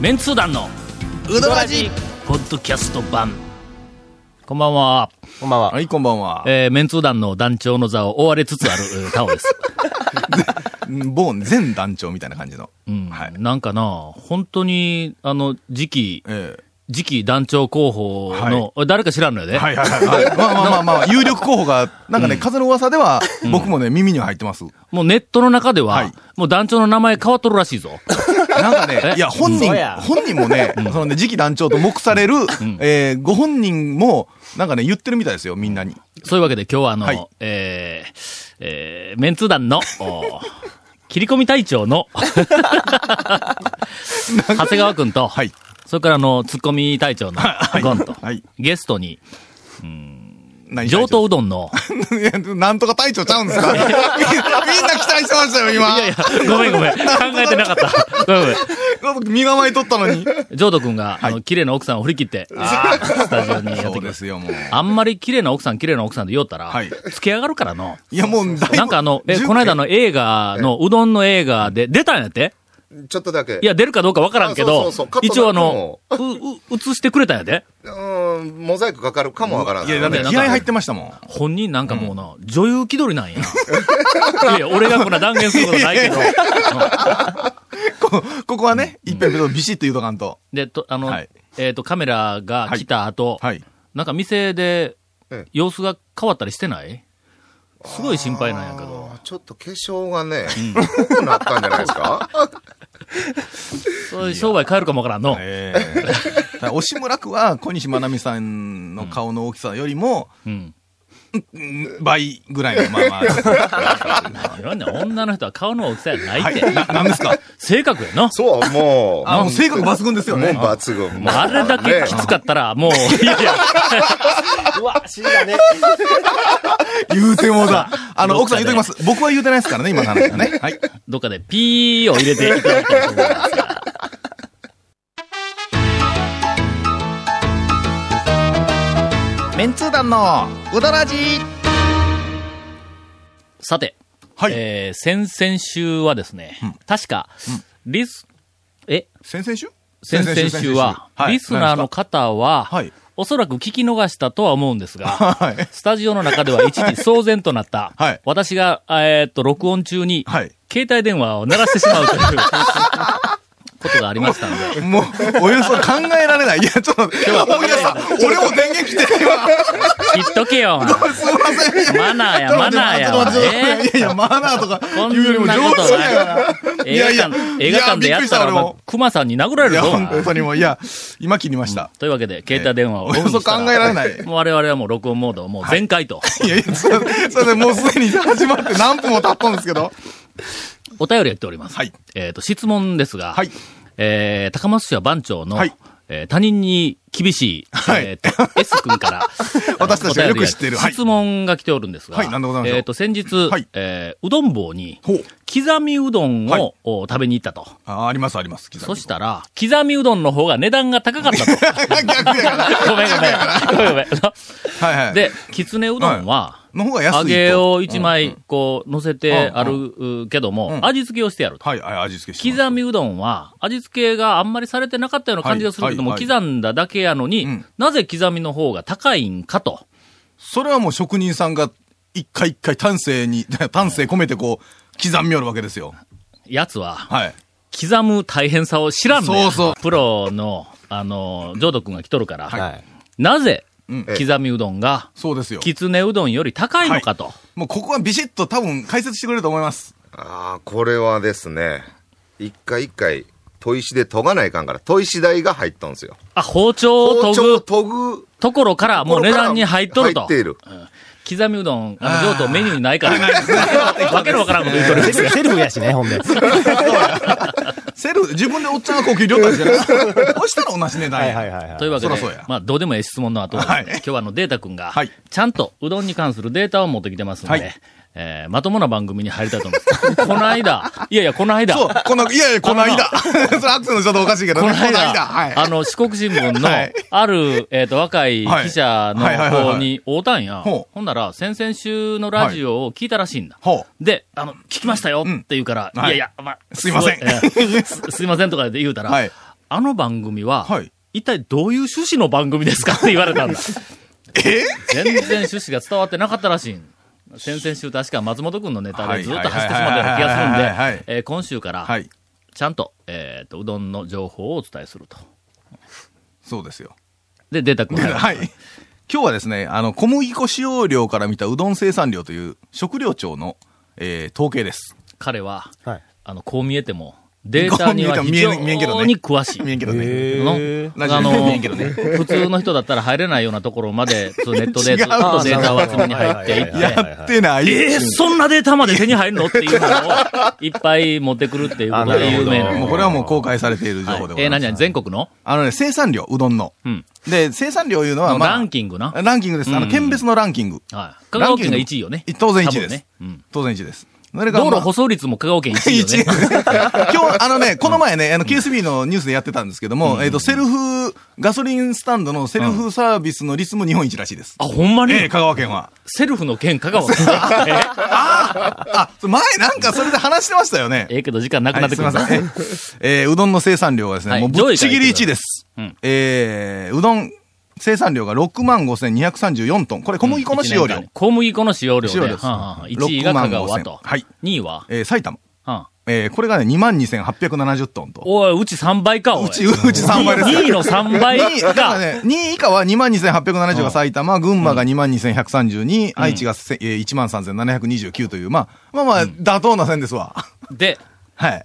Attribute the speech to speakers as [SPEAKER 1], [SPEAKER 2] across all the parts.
[SPEAKER 1] メンツー団の
[SPEAKER 2] うどらじ
[SPEAKER 1] ポッドキャスト版こんばんは、
[SPEAKER 2] こんばんは。
[SPEAKER 3] はい、こんばんは。
[SPEAKER 1] えー、メンツー団の団長の座を追われつつあるえータオ です、
[SPEAKER 3] 某全団長みたいな感じの。
[SPEAKER 1] うん
[SPEAKER 3] はい。
[SPEAKER 1] なんかな本当にあの次期
[SPEAKER 3] え
[SPEAKER 1] 次期団長候補の、誰か知らんのよね、
[SPEAKER 3] えはいはいはいはい。まあまあまあまあ、有力候補が、なんかね、風の噂では、僕もね、耳には入ってます。
[SPEAKER 1] もうネットの中では、
[SPEAKER 3] はい
[SPEAKER 1] もう団長の名前変わっとるらしい ぞ
[SPEAKER 3] なんか
[SPEAKER 1] え
[SPEAKER 3] ね、いや、本人
[SPEAKER 2] 嘘や、
[SPEAKER 3] 本人もね、そのね、次期団長と目される、えーご本人も、なんかね、言ってるみたいですよ、みんなに。
[SPEAKER 1] そういうわけで今日はあの、
[SPEAKER 3] はい
[SPEAKER 1] えー、えーメンツー団の、おー切り込み隊長 の、 長谷川くんと、
[SPEAKER 3] はい
[SPEAKER 1] それからあの、ツッコミ隊長のゴンと、
[SPEAKER 3] はい
[SPEAKER 1] ゲストに、
[SPEAKER 3] 何
[SPEAKER 1] 上等うどんの、
[SPEAKER 3] いやなんとか隊長ちゃうんですかみんな期待してましたよ、今。
[SPEAKER 1] いやいや、ごめんごめん、考えてなかった。ごめんごめん。
[SPEAKER 3] 僕身構えとったのに。
[SPEAKER 1] 上等くんが、あの、綺麗な奥さんを振り切って、スタジオにやっ
[SPEAKER 3] そ
[SPEAKER 1] て
[SPEAKER 3] う
[SPEAKER 1] く
[SPEAKER 3] で
[SPEAKER 1] る。
[SPEAKER 3] すよ、もう。
[SPEAKER 1] あんまり綺麗な奥さん、綺麗な奥さんで言おったら、
[SPEAKER 3] はい
[SPEAKER 1] つけ上がるからの。
[SPEAKER 3] いや、もう、だいぶ
[SPEAKER 1] なんかあの、え、この間の映画の、うどんの映画で、出たんやって
[SPEAKER 4] ちょっとだけ。
[SPEAKER 1] いや、出るかどうかわからんけど
[SPEAKER 4] あそうそうそう、
[SPEAKER 1] 一応あ
[SPEAKER 4] カッ
[SPEAKER 1] の
[SPEAKER 4] ト、
[SPEAKER 1] う、う、映してくれたんやで。
[SPEAKER 4] うーん、モザイクかかるかもわからない。
[SPEAKER 3] いや、だって気合入ってましたもん。
[SPEAKER 1] 本人なんかもうな、女優気取りなんや。いやいや、俺がこんな断言することないけど。うん
[SPEAKER 3] こ、ここはね、一遍ビシッと言うとかんと。
[SPEAKER 1] で、と、あの
[SPEAKER 3] はい、
[SPEAKER 1] えっと、カメラが来た後、
[SPEAKER 3] はい。
[SPEAKER 1] なんか店で
[SPEAKER 4] ええ、
[SPEAKER 1] 様子が変わったりしてないすごい心配なんやけど。
[SPEAKER 4] ちょっと化粧がね、濃くなったんじゃないですか
[SPEAKER 1] そういう商売変えるかもわからんの。
[SPEAKER 3] ええただ押村区は小西真奈美さんの顔の大きさよりも、
[SPEAKER 1] うん。
[SPEAKER 3] うん倍ぐらいの、まあま あ。
[SPEAKER 1] いやね女の人は顔の大きさやな
[SPEAKER 3] はいい。
[SPEAKER 1] って。
[SPEAKER 3] な、なんですか
[SPEAKER 1] 性格やな。
[SPEAKER 4] そう、もう。
[SPEAKER 3] あ、もう性格抜群ですよね。
[SPEAKER 4] もう抜群。
[SPEAKER 1] まあ、あれだけきつかったら、もう、いやいや、
[SPEAKER 2] うわ、死んだね。
[SPEAKER 3] 言うても だ。あの、
[SPEAKER 1] どっ
[SPEAKER 3] 奥
[SPEAKER 1] か
[SPEAKER 3] さん
[SPEAKER 1] で
[SPEAKER 3] 言うときます。僕は言うてないですからね、今の話 はね。はい。
[SPEAKER 1] どっかでピーを入れていただきたいと思いますが。
[SPEAKER 3] メンツー団の、うだらじ
[SPEAKER 1] さて、
[SPEAKER 3] はい
[SPEAKER 1] えー先々週はですね、確か、リス、え、
[SPEAKER 3] 先々週
[SPEAKER 1] 先々週は、リスナーの。方は、
[SPEAKER 3] はい
[SPEAKER 1] おそらく聞き逃したとは思うん ですが、
[SPEAKER 3] 何ですか
[SPEAKER 1] スタジオの中では一時騒然となった、
[SPEAKER 3] はい
[SPEAKER 1] 私が、えーっと、録音中に、
[SPEAKER 3] はい
[SPEAKER 1] 携帯電話を鳴らしてしまうということがありましたの で、
[SPEAKER 3] はい。もう、およそ考えられない。いや、ちょっと、思い出した。俺も電源来てるわ。
[SPEAKER 1] 切っとけよ、
[SPEAKER 3] すいません。
[SPEAKER 1] マナーや、マナーやわ、
[SPEAKER 3] ちょっと待って
[SPEAKER 1] ね
[SPEAKER 3] ちょっと待っていやいや、マナーとか
[SPEAKER 1] こ
[SPEAKER 3] 言うより
[SPEAKER 1] ん
[SPEAKER 3] も
[SPEAKER 1] な
[SPEAKER 3] 上
[SPEAKER 1] こと
[SPEAKER 3] 手
[SPEAKER 1] ない
[SPEAKER 3] やな。い
[SPEAKER 1] 映画
[SPEAKER 3] やいや
[SPEAKER 1] 館、映画館でやったら、
[SPEAKER 3] いやびっくりした俺も
[SPEAKER 1] 熊さんに殴られ
[SPEAKER 3] い
[SPEAKER 1] る
[SPEAKER 3] や、
[SPEAKER 1] ぞ。
[SPEAKER 3] 本当にもう、いや、今切りました。
[SPEAKER 1] というわけで、携帯電 話をオフにしたら。
[SPEAKER 3] およそ考えら れない
[SPEAKER 1] もう我々はもう録音モードをもう全開と。
[SPEAKER 3] いやいや、それ、それでもうすでに始まって何分も経ったんですけど。
[SPEAKER 1] お便りやっております。
[SPEAKER 3] はい
[SPEAKER 1] えっ、と、質問ですが、
[SPEAKER 3] はい
[SPEAKER 1] えー高松市は番長の、
[SPEAKER 3] はい
[SPEAKER 1] えー他人に厳しい、
[SPEAKER 3] はい
[SPEAKER 1] えっ、 と、S 君から、
[SPEAKER 3] 私たちがよく知って
[SPEAKER 1] お便り
[SPEAKER 3] る
[SPEAKER 1] が
[SPEAKER 3] はい
[SPEAKER 1] 質問が来ておるんですが、
[SPEAKER 3] はい何でございましょう
[SPEAKER 1] えっ、と、先日、
[SPEAKER 3] はい
[SPEAKER 1] えーうどん坊に、
[SPEAKER 3] ほう。
[SPEAKER 1] 刻みうどんを、
[SPEAKER 3] はい
[SPEAKER 1] お食べに行ったと。
[SPEAKER 3] あ、あります、あります。
[SPEAKER 1] そしたら、刻みうどんの方が値段が高かったと。
[SPEAKER 3] ら、 逆やから。
[SPEAKER 1] ごめんごめん。ごめんごめん。
[SPEAKER 3] はいはい。、
[SPEAKER 1] で、きつねうどんは、
[SPEAKER 3] の方が安い
[SPEAKER 1] 揚
[SPEAKER 3] と。
[SPEAKER 1] げを一枚、こう、乗せて
[SPEAKER 3] うん
[SPEAKER 1] あるけども、
[SPEAKER 3] うん
[SPEAKER 1] 味付けをしてやると。
[SPEAKER 3] はい、はい、味付けしてます。
[SPEAKER 1] 刻みうどんは、味付けがあんまりされてなかったような感じがするけども、
[SPEAKER 3] はいはい
[SPEAKER 1] 刻んだだけやのに、
[SPEAKER 3] うん
[SPEAKER 1] なぜ刻みの方が高いんかと。
[SPEAKER 3] それはもう職人さんが、一回一回丹精に、 丹精込めてこう、刻みよるわけですよ。
[SPEAKER 1] やつは、
[SPEAKER 3] はい。
[SPEAKER 1] 刻む大変さを知らんのや
[SPEAKER 3] そうそう
[SPEAKER 1] プロの、あの、ジョード君が来とるから、
[SPEAKER 2] はい。
[SPEAKER 1] なぜ、
[SPEAKER 3] うん
[SPEAKER 4] ええ
[SPEAKER 1] 刻みうどんが、
[SPEAKER 3] そうですよ。
[SPEAKER 1] きつねうどんより高いのかと。
[SPEAKER 3] もうここはビシッと多分解説してくれると思います。
[SPEAKER 4] ああ、これはですね、一回一回、砥石で研がないかんから、砥石台が入ったんですよ。
[SPEAKER 1] あ、包丁を研
[SPEAKER 4] 包丁を
[SPEAKER 1] ぐ
[SPEAKER 4] 研ぐ。
[SPEAKER 1] ところから、もう値段に入っとると。
[SPEAKER 4] 入っている。
[SPEAKER 1] 刻みうどん、あの、上等メニューにないから。わけのわからんこと言うとる。
[SPEAKER 2] セルセルフやしね、ほ んで。
[SPEAKER 3] セルフ、自分でおっちゃんがこう切りよった んじゃないそしたら同じ値段
[SPEAKER 2] はい
[SPEAKER 3] や。
[SPEAKER 2] はいはい。
[SPEAKER 1] というわけで
[SPEAKER 3] そらそうや、
[SPEAKER 1] まあ、どうでもいい質問の後はですね、
[SPEAKER 3] はい
[SPEAKER 1] 今日はあのデータ君が
[SPEAKER 3] はい、
[SPEAKER 1] ちゃんとうどんに関するデータを持ってきてますので、
[SPEAKER 3] はい
[SPEAKER 1] えーまともな番組に入りたいと思います。 この間、いやいや、この間、
[SPEAKER 3] そう
[SPEAKER 1] こ、
[SPEAKER 3] この、いやいや、この
[SPEAKER 1] あの
[SPEAKER 3] 間
[SPEAKER 1] な。
[SPEAKER 3] それアクセントちょっとおかしいけど
[SPEAKER 1] の
[SPEAKER 3] ね。この
[SPEAKER 1] 間、
[SPEAKER 3] 間。はい。
[SPEAKER 1] あの、四国新聞の
[SPEAKER 3] はい、
[SPEAKER 1] ある、えっ、と、若い記者の
[SPEAKER 3] はいはいはいはいはい
[SPEAKER 1] 方に会うたんや。
[SPEAKER 3] ほ
[SPEAKER 1] ほんなら、先々週のラジオを聞いたらしいんだ。
[SPEAKER 3] ほ
[SPEAKER 1] で、あの、聞きましたよって言うから、
[SPEAKER 3] うんはい
[SPEAKER 1] いやいや、まあ、
[SPEAKER 3] すいませ ん
[SPEAKER 1] ごえーすすいませんとかで言うたら、
[SPEAKER 3] はい
[SPEAKER 1] あの番組は、
[SPEAKER 3] はい
[SPEAKER 1] 一体どういう趣旨の番組ですかって 言われた んだ。え全然趣旨が伝わってなかったらしい。先々週確か松本君のネタでずっと走ってしまったような気
[SPEAKER 3] はいはいはいはいは
[SPEAKER 1] がするん
[SPEAKER 3] いはい
[SPEAKER 1] で、えー今週から、
[SPEAKER 3] はい。
[SPEAKER 1] ちゃんと、えっ、と、うどんの情報をお伝えすると。
[SPEAKER 3] そうですよ。
[SPEAKER 1] で、出たくん から
[SPEAKER 3] はい。今日はですね、あの、小麦粉使用量から見たうどん生産量という食料庁の、えー統計です。
[SPEAKER 1] 彼は、
[SPEAKER 2] はい。
[SPEAKER 1] あの、こう見えても、データには非常
[SPEAKER 3] こう見えても見えん見えんけどね
[SPEAKER 1] に詳しい。
[SPEAKER 3] 見えんけどね。
[SPEAKER 2] へー
[SPEAKER 1] のあの、普通の人だったら入れないようなところまで、そうネットで ずっとデータを集めに入っていっ
[SPEAKER 2] 違う
[SPEAKER 1] て、
[SPEAKER 3] やってない。
[SPEAKER 1] えー、そんなデータまで手に入るのっていうのを、いっぱい持ってくるっていうことで有名な。
[SPEAKER 2] あなるほど
[SPEAKER 3] もうこれはもう公開されている情
[SPEAKER 1] はい
[SPEAKER 3] 報でござ
[SPEAKER 1] えー、
[SPEAKER 3] います。
[SPEAKER 1] 何々全国の
[SPEAKER 3] あのね、生産量、うどんの。
[SPEAKER 1] うん。
[SPEAKER 3] で、生産量いうのは、
[SPEAKER 1] の
[SPEAKER 3] まあ、
[SPEAKER 1] ランキングな。はい。
[SPEAKER 3] ランキングです。あの、県別のランキング。
[SPEAKER 1] 香川県が1位よね。
[SPEAKER 3] 当然1
[SPEAKER 1] 多
[SPEAKER 3] 位
[SPEAKER 1] 分
[SPEAKER 3] です。
[SPEAKER 1] ね。うん。
[SPEAKER 3] 当然1位です。それが
[SPEAKER 1] 道
[SPEAKER 3] ま
[SPEAKER 1] 路
[SPEAKER 3] あ
[SPEAKER 1] 舗装率も香川県1位よ
[SPEAKER 3] 一
[SPEAKER 1] ね
[SPEAKER 3] 位。今日、あのね、この前ね、あの、KSB のニュースでやってたんですけども、えっと、セルフ、ガソリンスタンドのセルフサービスの率も日本一らしいです。
[SPEAKER 1] あ、ほんまに、
[SPEAKER 3] ええ、香川県は。
[SPEAKER 1] セルフの県香川県。えー
[SPEAKER 3] あ、そ前なんかそれで話してましたよね。
[SPEAKER 1] ええけど時間なくなってくる
[SPEAKER 3] はい
[SPEAKER 1] ぞ
[SPEAKER 3] すいません。ええーうどんの生産量はですね、
[SPEAKER 1] はい
[SPEAKER 3] もうぶっちぎ
[SPEAKER 1] 上位から
[SPEAKER 3] り
[SPEAKER 1] 言って
[SPEAKER 3] 1
[SPEAKER 1] くだ
[SPEAKER 3] 位です。
[SPEAKER 1] うん
[SPEAKER 3] えーうどん生産量が6万5234トン。これ小麦粉の使用量。
[SPEAKER 1] 一年間小麦粉の使用量で。
[SPEAKER 3] 使用量です
[SPEAKER 1] はんはんはん1位が香川
[SPEAKER 3] 65,000
[SPEAKER 1] と。
[SPEAKER 3] はい
[SPEAKER 1] 2位は、
[SPEAKER 3] えー埼玉。
[SPEAKER 1] はん
[SPEAKER 3] えーこれがね、22,870トンと。
[SPEAKER 1] おい、うち3倍か、おい。
[SPEAKER 3] うち、うち3倍です。
[SPEAKER 1] 2位の3倍
[SPEAKER 3] 2位、だから
[SPEAKER 1] が、
[SPEAKER 3] ね、2位以下は22,870が埼玉、群馬が22,132、愛知がせえー13,729という、まあ、まあまあ、妥当な線ですわ。
[SPEAKER 1] で、
[SPEAKER 3] はい。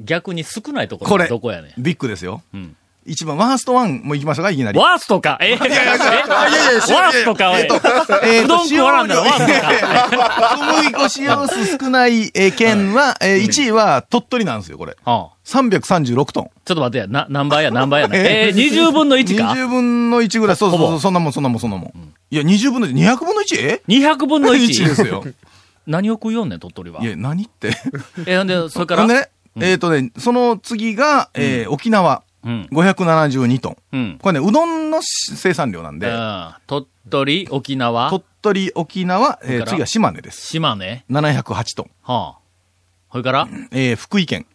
[SPEAKER 1] 逆に少ないとこ
[SPEAKER 3] こ
[SPEAKER 1] ろ
[SPEAKER 3] れ、
[SPEAKER 1] どこやねん。
[SPEAKER 3] ビッグですよ。
[SPEAKER 1] うん
[SPEAKER 3] 一番、ワーストワンも行きましょうか、いきなり。
[SPEAKER 1] ワーストかええワーストかおい
[SPEAKER 3] えーと
[SPEAKER 1] うどん食わらんだろ、ワースト
[SPEAKER 3] 使用量
[SPEAKER 1] か
[SPEAKER 3] 小麦粉使用数少ない、えー県は、えー1位は鳥取なんですよ、これ。
[SPEAKER 1] はあ
[SPEAKER 3] 336トン。
[SPEAKER 1] ちょっと待ってや、な、何倍や、何倍やな。
[SPEAKER 3] え
[SPEAKER 1] えー、20分の1か
[SPEAKER 3] 20分の1ぐらい、そうそう
[SPEAKER 1] ほ
[SPEAKER 3] そう、
[SPEAKER 1] ぼ
[SPEAKER 3] そんなもん、そんなもん、そんなもん。いや、20分の1、200分の 1? え
[SPEAKER 1] ?200 分の
[SPEAKER 3] ?1 です
[SPEAKER 1] 1?
[SPEAKER 3] よ。。
[SPEAKER 1] 何を食いよんねん、鳥取はい
[SPEAKER 3] や、何って。
[SPEAKER 1] え、ほんで、それか
[SPEAKER 3] ほ
[SPEAKER 1] ら
[SPEAKER 3] んで、ね、えっとね、その次が、えー沖縄、
[SPEAKER 1] うん。
[SPEAKER 3] 572トン。
[SPEAKER 1] うん。
[SPEAKER 3] これね、うどんの生産量なん
[SPEAKER 1] う
[SPEAKER 3] で、
[SPEAKER 1] ん鳥取、沖縄、
[SPEAKER 3] 鳥取、沖縄、え
[SPEAKER 1] それ
[SPEAKER 3] ー
[SPEAKER 1] から
[SPEAKER 3] 次は島根です。
[SPEAKER 1] 島根、
[SPEAKER 3] 708トン。
[SPEAKER 1] はあ。それから、
[SPEAKER 3] えー福井県、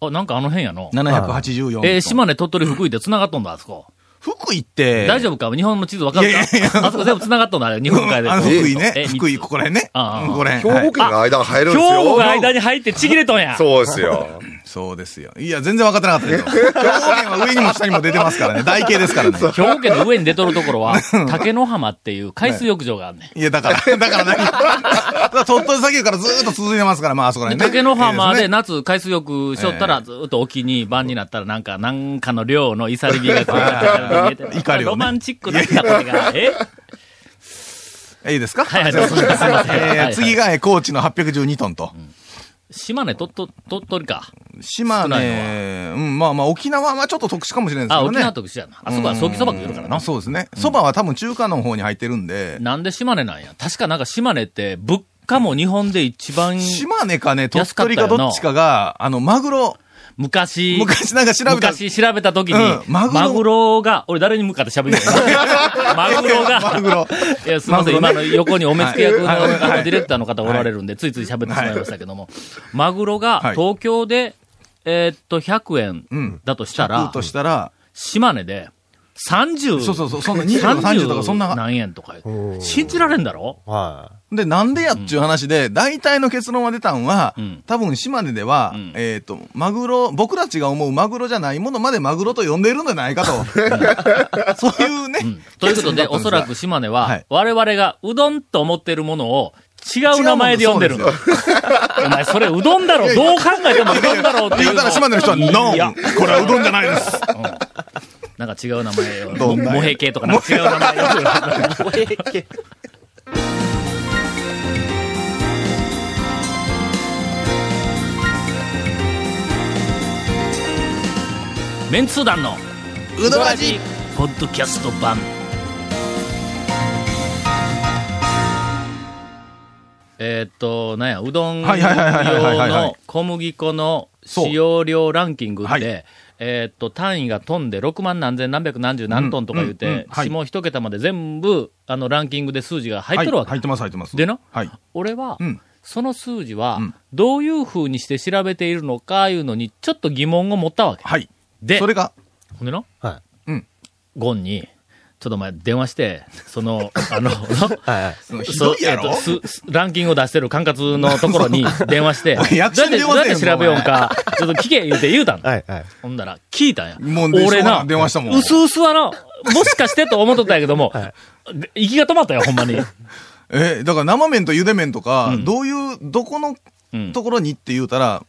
[SPEAKER 1] あ、なんかあの辺やの。
[SPEAKER 3] 784トン。
[SPEAKER 1] えー島根、鳥取、福井で繋がっとんだ、あそこ。
[SPEAKER 3] 福井って、
[SPEAKER 1] 大
[SPEAKER 3] 夫
[SPEAKER 1] 丈夫か日本の地図分かる
[SPEAKER 3] い
[SPEAKER 1] か
[SPEAKER 3] やいやいや
[SPEAKER 1] あそこ全部繋がっとんだ、あれ日本海で。
[SPEAKER 3] あの福井ね
[SPEAKER 1] え。
[SPEAKER 3] 福井、ここら辺ね。
[SPEAKER 1] ああ
[SPEAKER 3] うんここら
[SPEAKER 4] 兵
[SPEAKER 3] 辺。はい
[SPEAKER 4] 庫県が間が入るん
[SPEAKER 1] 兵
[SPEAKER 4] ですよ。
[SPEAKER 1] 庫が間に入ってちぎれとんや。
[SPEAKER 4] そうですよ。
[SPEAKER 3] そうですよ。いや、全然分かってなかったけ ど。兵庫県は上にも下にも出てますからね。台形ですからね。
[SPEAKER 1] 兵庫県の上に出とるところは、竹野浜っていう海水浴場があんねん。
[SPEAKER 3] いや、だから、だから何だから鳥取砂丘からずーっと続いてますから、まあ、あそこら
[SPEAKER 1] で竹
[SPEAKER 3] 辺ね。
[SPEAKER 1] 野浜で
[SPEAKER 3] いいすね
[SPEAKER 1] 夏海水浴しょった
[SPEAKER 3] え
[SPEAKER 1] ら、ずーっと沖に晩になったらなんか、なんかの量のイサリビがこうやってやって見えて
[SPEAKER 3] イカ漁ね
[SPEAKER 1] ロマンチックなったこれが。え
[SPEAKER 3] いいですか
[SPEAKER 1] はいはい、どうぞすいません。はい
[SPEAKER 3] え
[SPEAKER 1] は
[SPEAKER 3] ー
[SPEAKER 1] い
[SPEAKER 3] 次が、えー高知の812トンと。
[SPEAKER 1] 島根、鳥取鳥取か。
[SPEAKER 3] 島
[SPEAKER 1] 少ない
[SPEAKER 3] 根、うん、まあまあ、沖縄はちょっと特殊かもしれないですけ
[SPEAKER 1] あ、
[SPEAKER 3] ど
[SPEAKER 1] 沖
[SPEAKER 3] ね。
[SPEAKER 1] 縄特殊やな。あそこは早期そば食えるからな
[SPEAKER 3] あ。そうですね。蕎麦は多分中華の方に入ってるんで、
[SPEAKER 1] なんで島根なんや。確かなんか島根って、物価も日本で一番、
[SPEAKER 3] 島根かね、鳥
[SPEAKER 1] 安かった
[SPEAKER 3] 取
[SPEAKER 1] よな
[SPEAKER 3] かどっちかが、あの、マグロ、
[SPEAKER 1] 昔、
[SPEAKER 3] 昔なんか調べた。
[SPEAKER 1] 昔調べた時に、
[SPEAKER 3] うん
[SPEAKER 1] マ
[SPEAKER 3] マ
[SPEAKER 1] グ
[SPEAKER 3] グ
[SPEAKER 1] ロ
[SPEAKER 3] ロ
[SPEAKER 1] が、俺誰に向かって喋る のマグロが、
[SPEAKER 3] マグロ。
[SPEAKER 1] いや、すみません、
[SPEAKER 3] マ
[SPEAKER 1] 今
[SPEAKER 3] グ
[SPEAKER 1] の横にお目付け役の,、
[SPEAKER 3] はいはい
[SPEAKER 1] あのディレクターの方おられるんで、ついつい喋ってしまいましたけども、マグロが
[SPEAKER 3] はい
[SPEAKER 1] 東京で、えーっと、100円だとしたら、
[SPEAKER 3] 食うとしたら、
[SPEAKER 1] 島根で30、
[SPEAKER 3] そうそうそう、そんな20とか30とかそんな。
[SPEAKER 1] 何円とか、信じられんだろ
[SPEAKER 2] は
[SPEAKER 3] で、なんでやっちゅう話で、大体の結論は出たんは
[SPEAKER 1] うん、
[SPEAKER 3] 多分島根では
[SPEAKER 1] ん、
[SPEAKER 3] えっと、マグロ、僕たちが思うマグロじゃないものまでマグロと呼んでいるんじゃないか と。そういうね
[SPEAKER 1] うん。ということで、
[SPEAKER 3] 結論だったんすが
[SPEAKER 1] おそらく島根
[SPEAKER 3] は、
[SPEAKER 1] はい我々がうどんと思ってるものを違う名前で呼んでるんだ。お前、それうどんだろうどう考えてもうどんだろうっ
[SPEAKER 3] ってて
[SPEAKER 1] いうの。
[SPEAKER 3] 言ったら島根の人は、ノ
[SPEAKER 1] いや
[SPEAKER 3] ーンこれはうどんじゃないです
[SPEAKER 1] なんか違う名前を
[SPEAKER 3] どんな
[SPEAKER 1] もモヘ系とかなんか違う名前をメンツー団の
[SPEAKER 3] うどら
[SPEAKER 1] じポッドキャスト版えーっとなんやうどん用
[SPEAKER 3] はいはいはいはいはいはいはい
[SPEAKER 1] の小麦粉の使用量ランキング
[SPEAKER 3] そうは
[SPEAKER 1] でえーっと単位が飛んで6万何千何百何十何トンとか言う
[SPEAKER 3] うんうんうん
[SPEAKER 1] て
[SPEAKER 3] はい
[SPEAKER 1] 下一桁まで全部あのランキングで数字が入っとるわけ
[SPEAKER 3] 入ってます、入ってます。
[SPEAKER 1] でな
[SPEAKER 3] はい。
[SPEAKER 1] 俺は
[SPEAKER 3] うん
[SPEAKER 1] その数字は
[SPEAKER 3] うん
[SPEAKER 1] どういうふうにして調べているのかいうのにちょっと疑問を持ったわけ
[SPEAKER 3] はい。
[SPEAKER 1] で、
[SPEAKER 3] それが、
[SPEAKER 1] ほんでな、
[SPEAKER 2] は
[SPEAKER 3] うん。
[SPEAKER 1] ゴンに、ちょっとお前電話して、そ の、あの、
[SPEAKER 2] い。はいはい。
[SPEAKER 3] そのひどいやろ
[SPEAKER 1] そうえっとすすランキングを出してる管轄のところ に電話して、どうやっ
[SPEAKER 3] 役
[SPEAKER 1] て
[SPEAKER 3] 者に電
[SPEAKER 1] どうやっ
[SPEAKER 3] 話
[SPEAKER 1] て
[SPEAKER 3] せんの
[SPEAKER 1] 調べようか、ちょっと聞け言うて言うたん。
[SPEAKER 2] はいはい。
[SPEAKER 1] ほんだら、聞いたんや。
[SPEAKER 3] もうねしょ
[SPEAKER 1] 俺
[SPEAKER 3] うがな
[SPEAKER 1] な、
[SPEAKER 3] い電話したもん
[SPEAKER 1] うすうすはな、もしかしてと思っとったんやけ ども、で息が止まったよ、ほんまに。
[SPEAKER 3] えだから生麺と茹で麺とか、
[SPEAKER 1] ん
[SPEAKER 3] どういう、どこの
[SPEAKER 1] うん
[SPEAKER 3] ところにって言うたら、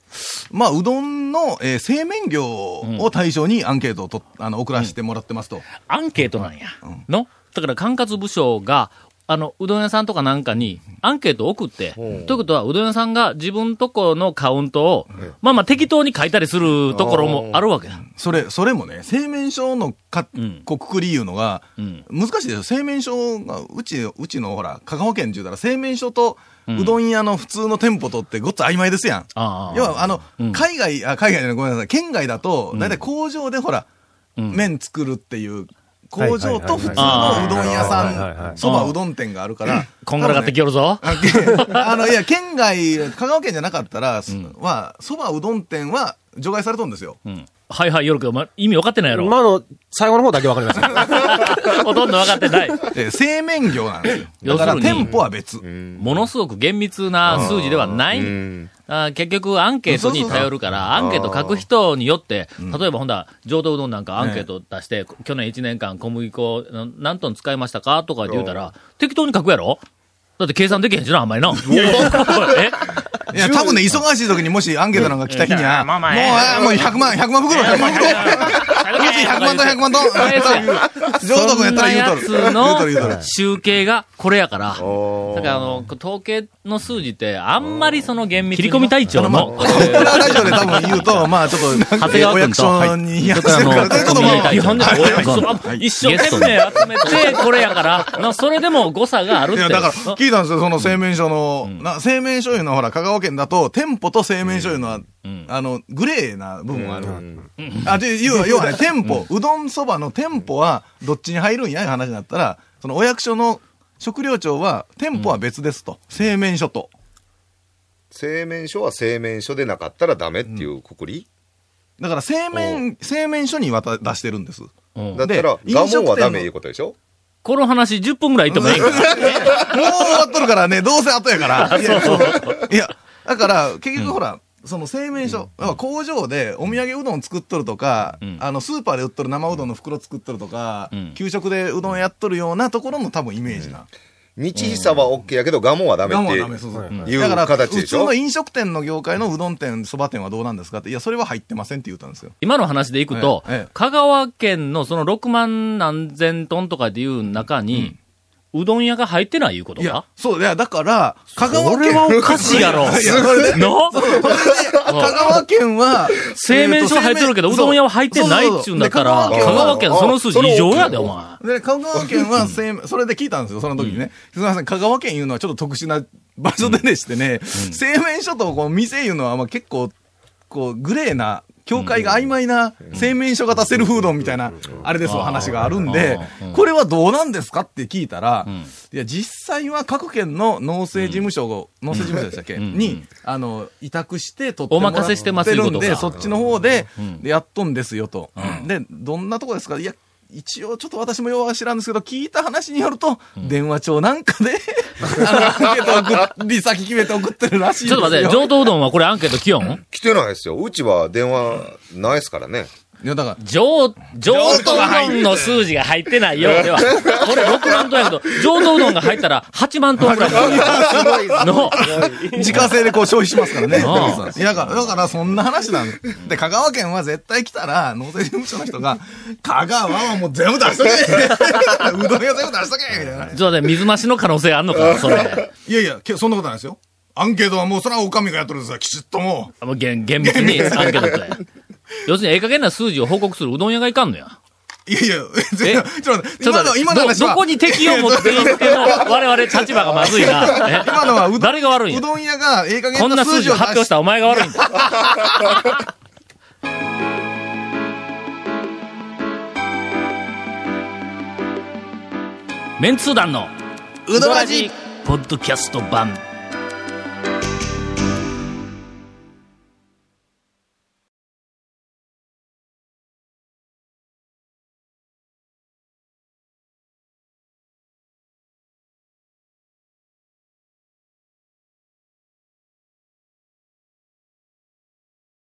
[SPEAKER 3] まあ、うどんの、えー製麺業を対象にアンケートをと、あの、送らせてもらってますと。
[SPEAKER 1] アンケートなんや。のだから管轄部署が、あの、うどん屋さんとかなんかにアンケートを送って、ということは、うどん屋さんが自分とこのカウントを、まあまあ適当に書いたりするところもあるわけだ。
[SPEAKER 3] それ、それもね、製麺所のか、
[SPEAKER 1] うん
[SPEAKER 3] こうくくり言うのが、
[SPEAKER 1] うん
[SPEAKER 3] 難しいでしょ。製麺所が、うち、うちのほら、香川県って言うたら、製麺所と、うどん屋の普通の店舗とってごっつ曖昧ですやん。
[SPEAKER 1] ああ
[SPEAKER 3] 要は、あの、
[SPEAKER 1] うん
[SPEAKER 3] 海外、あ、海外じゃない、ごめんなさい、県外だと、だいたい工場でほら、
[SPEAKER 1] うん
[SPEAKER 3] 麺作るっていう、工場と普通
[SPEAKER 1] はいはいはいはい
[SPEAKER 3] のうどん屋
[SPEAKER 2] はいはいはい
[SPEAKER 3] さ
[SPEAKER 2] はい
[SPEAKER 3] ん、そばうどん店があるから、
[SPEAKER 1] こんがらがってきよるぞ。
[SPEAKER 3] あけあの、いや、県外、香川県じゃなかったら、すは、そばうどん店は除外されとんですよ。
[SPEAKER 1] うんはいはい、よるけど、ま、意味分かってないやろ。
[SPEAKER 2] 今の最後の方だけわかりました。
[SPEAKER 1] ほとんど分かってない。
[SPEAKER 3] で、製麺業なんですよ。
[SPEAKER 1] 要
[SPEAKER 3] だ
[SPEAKER 1] す
[SPEAKER 3] か
[SPEAKER 1] る
[SPEAKER 3] ら
[SPEAKER 1] に
[SPEAKER 3] 店舗は別。
[SPEAKER 1] ものすごく厳密な数字ではない。
[SPEAKER 4] うん
[SPEAKER 1] あー結局、アンケートに頼るから、アンケート書く人によって、例えばほんだら、上等うどんなんかアンケート出して、去年1年間小麦粉な何トン使いましたかとかって言うたら、適当に書くやろだって計算できへんしな、あん まりな。え
[SPEAKER 3] いや、多分ね、忙しい時にもしアンケートなんか来た日には、もう、あーもう100万、100万袋、100万袋。100万と100万と。 上等君やったら言うとる。
[SPEAKER 1] そんな
[SPEAKER 3] 言うとる言う
[SPEAKER 1] やつ
[SPEAKER 3] とる
[SPEAKER 1] の。集計がこれやから。だ
[SPEAKER 4] おー
[SPEAKER 1] からあの、統計の数字って、あんまりその厳密に。切り込み隊長の。
[SPEAKER 3] コーナーラジオで多分言うと、まあちょっと、
[SPEAKER 1] 長谷川
[SPEAKER 3] お
[SPEAKER 1] 君
[SPEAKER 3] 役
[SPEAKER 1] と
[SPEAKER 3] 所に批判してるから、ということも、
[SPEAKER 1] 基本でお役所
[SPEAKER 3] はい
[SPEAKER 1] 一生懸命集めて、これやから、なそれでも誤差があるっ
[SPEAKER 3] い
[SPEAKER 1] て。
[SPEAKER 3] や、だから、聞いたんですよ、その製麺所の、な、製麺所いうのはほら、香川県だと、店舗と製麺所いうのは、
[SPEAKER 1] ん
[SPEAKER 3] あの、グレーな部分がある。あ、で、要は、要はね、店舗、うどんそばの店舗は、どっちに入るんや、いう話になったら、そのお役所の食料庁は、店舗は別ですと。製麺所と。
[SPEAKER 4] 製麺所は製麺所でなかったらダメっていうくくり、
[SPEAKER 3] だから、製麺、製麺所に渡出してるんです。
[SPEAKER 1] うん
[SPEAKER 4] だったら
[SPEAKER 3] で
[SPEAKER 4] 我
[SPEAKER 3] 飲食店
[SPEAKER 4] 門
[SPEAKER 3] の
[SPEAKER 4] はダメいうことでしょ
[SPEAKER 1] この話10分ぐらいいってもいい
[SPEAKER 3] もう終わっとるからね、どうせ後やから。いや、いやだから、結局ほら、その製麺所、要は工場でお土産うどん作っとるとか、
[SPEAKER 1] ん
[SPEAKER 3] あの、スーパーで売っとる生うどんの袋作っとるとか、
[SPEAKER 1] うん
[SPEAKER 3] 給食でうどんやっとるようなところの多分イメージな。
[SPEAKER 4] 道久は OK やけど我門はダメ
[SPEAKER 3] 我慢は
[SPEAKER 4] っ
[SPEAKER 3] ダメ、そうそう。
[SPEAKER 4] ていう
[SPEAKER 3] だから、
[SPEAKER 4] 形
[SPEAKER 3] 普
[SPEAKER 4] でし
[SPEAKER 3] 通
[SPEAKER 4] ょ
[SPEAKER 3] の飲食店の業界のうどん店、そば店はどうなんですかって、いや、それは入ってませんって言ったんですよ。
[SPEAKER 1] 今の話でいくと
[SPEAKER 3] ええ、
[SPEAKER 1] 香川県のその6万何千トンとかっていう中に、うどん屋が入ってないいうこと
[SPEAKER 3] いや
[SPEAKER 1] か、
[SPEAKER 3] そう、いや、だから、香川県。
[SPEAKER 1] これはおかしいやろ。
[SPEAKER 3] いや それで
[SPEAKER 1] の
[SPEAKER 3] 香川県は、
[SPEAKER 1] 製麺所は入ってるけど、うどん屋は入ってないっちゅうんだから、
[SPEAKER 3] そ
[SPEAKER 1] 香
[SPEAKER 3] うそうそう
[SPEAKER 1] 川県その数字異常やで、
[SPEAKER 4] あ
[SPEAKER 1] お前。
[SPEAKER 3] で、香川県は製麺、それで聞いたんですよ、その時にね。すみません、香川県いうのはちょっと特殊な場所ででしてね、製麺所とこう店いうのはまあ結構、こう、グレーな、境界が曖昧な製麺所型セルフうどんみたいな、あれですわ、話があるんで
[SPEAKER 1] うんうん、
[SPEAKER 3] これはどうなんですかって聞いたら
[SPEAKER 1] ん、
[SPEAKER 3] いや、実際は各県の農政事務所を、農政事務所でしたっけ
[SPEAKER 1] ん
[SPEAKER 3] に、あの、委託して取ってもら
[SPEAKER 1] お任せしてます
[SPEAKER 3] ってる
[SPEAKER 1] いうんこと
[SPEAKER 3] で、
[SPEAKER 1] か
[SPEAKER 3] そっちの方で
[SPEAKER 1] ん、
[SPEAKER 3] でやっとんですよと。で、どんなとこですかいや、一応ちょっと私もようは知らんですけど、聞いた話によると、電話帳なんか で、あの、アンケート送り先決めて送ってるらしいん
[SPEAKER 1] ち
[SPEAKER 3] で
[SPEAKER 1] ょ
[SPEAKER 3] す
[SPEAKER 1] っ
[SPEAKER 3] よ。
[SPEAKER 1] と待って、上等うどんはこれアンケート気温
[SPEAKER 4] 来てないですようちは電話ないですからね
[SPEAKER 3] いや、だから、
[SPEAKER 1] 上、上等うどんの数字が入ってないよ。では、これ6万トンやけど、上等うどんが入ったら8万トンぐらいの。
[SPEAKER 3] 自家製でこう消費しますからね。
[SPEAKER 1] あ
[SPEAKER 3] いや、だから、だからそんな話なんで、香川県は絶対来たら、納税事務所の人が、香川はもう全部出しとけ うどん屋全部出しとけみたいな。
[SPEAKER 1] ちょっと待って水増しの可能性あんのかそれ。
[SPEAKER 3] いやいや、けそんなことないですよ。アンケートはもう、それはおかみがやっとるんですよ、きちっともう。
[SPEAKER 1] もう厳厳密にアンケートって。要するに、ええ加減な数字を報告するうどん屋がいかんのや。
[SPEAKER 3] いやいや、
[SPEAKER 1] え
[SPEAKER 3] 全然ちょっと待って、
[SPEAKER 1] ちょっと待っ
[SPEAKER 3] 今の、
[SPEAKER 1] て
[SPEAKER 3] 今の
[SPEAKER 1] ど、
[SPEAKER 3] 話は。
[SPEAKER 1] どこに敵を持っていっての、我々立場がまずいな。え
[SPEAKER 3] 今のはうどん
[SPEAKER 1] 誰が悪いんや
[SPEAKER 3] うどん屋が、ええ加
[SPEAKER 1] こ
[SPEAKER 3] 減
[SPEAKER 1] んな
[SPEAKER 3] な
[SPEAKER 1] 数
[SPEAKER 3] 数
[SPEAKER 1] 字
[SPEAKER 3] 字
[SPEAKER 1] を
[SPEAKER 3] を
[SPEAKER 1] 発表したお前が悪いんだ。メンツー団の
[SPEAKER 3] う
[SPEAKER 1] ポッドキャスト版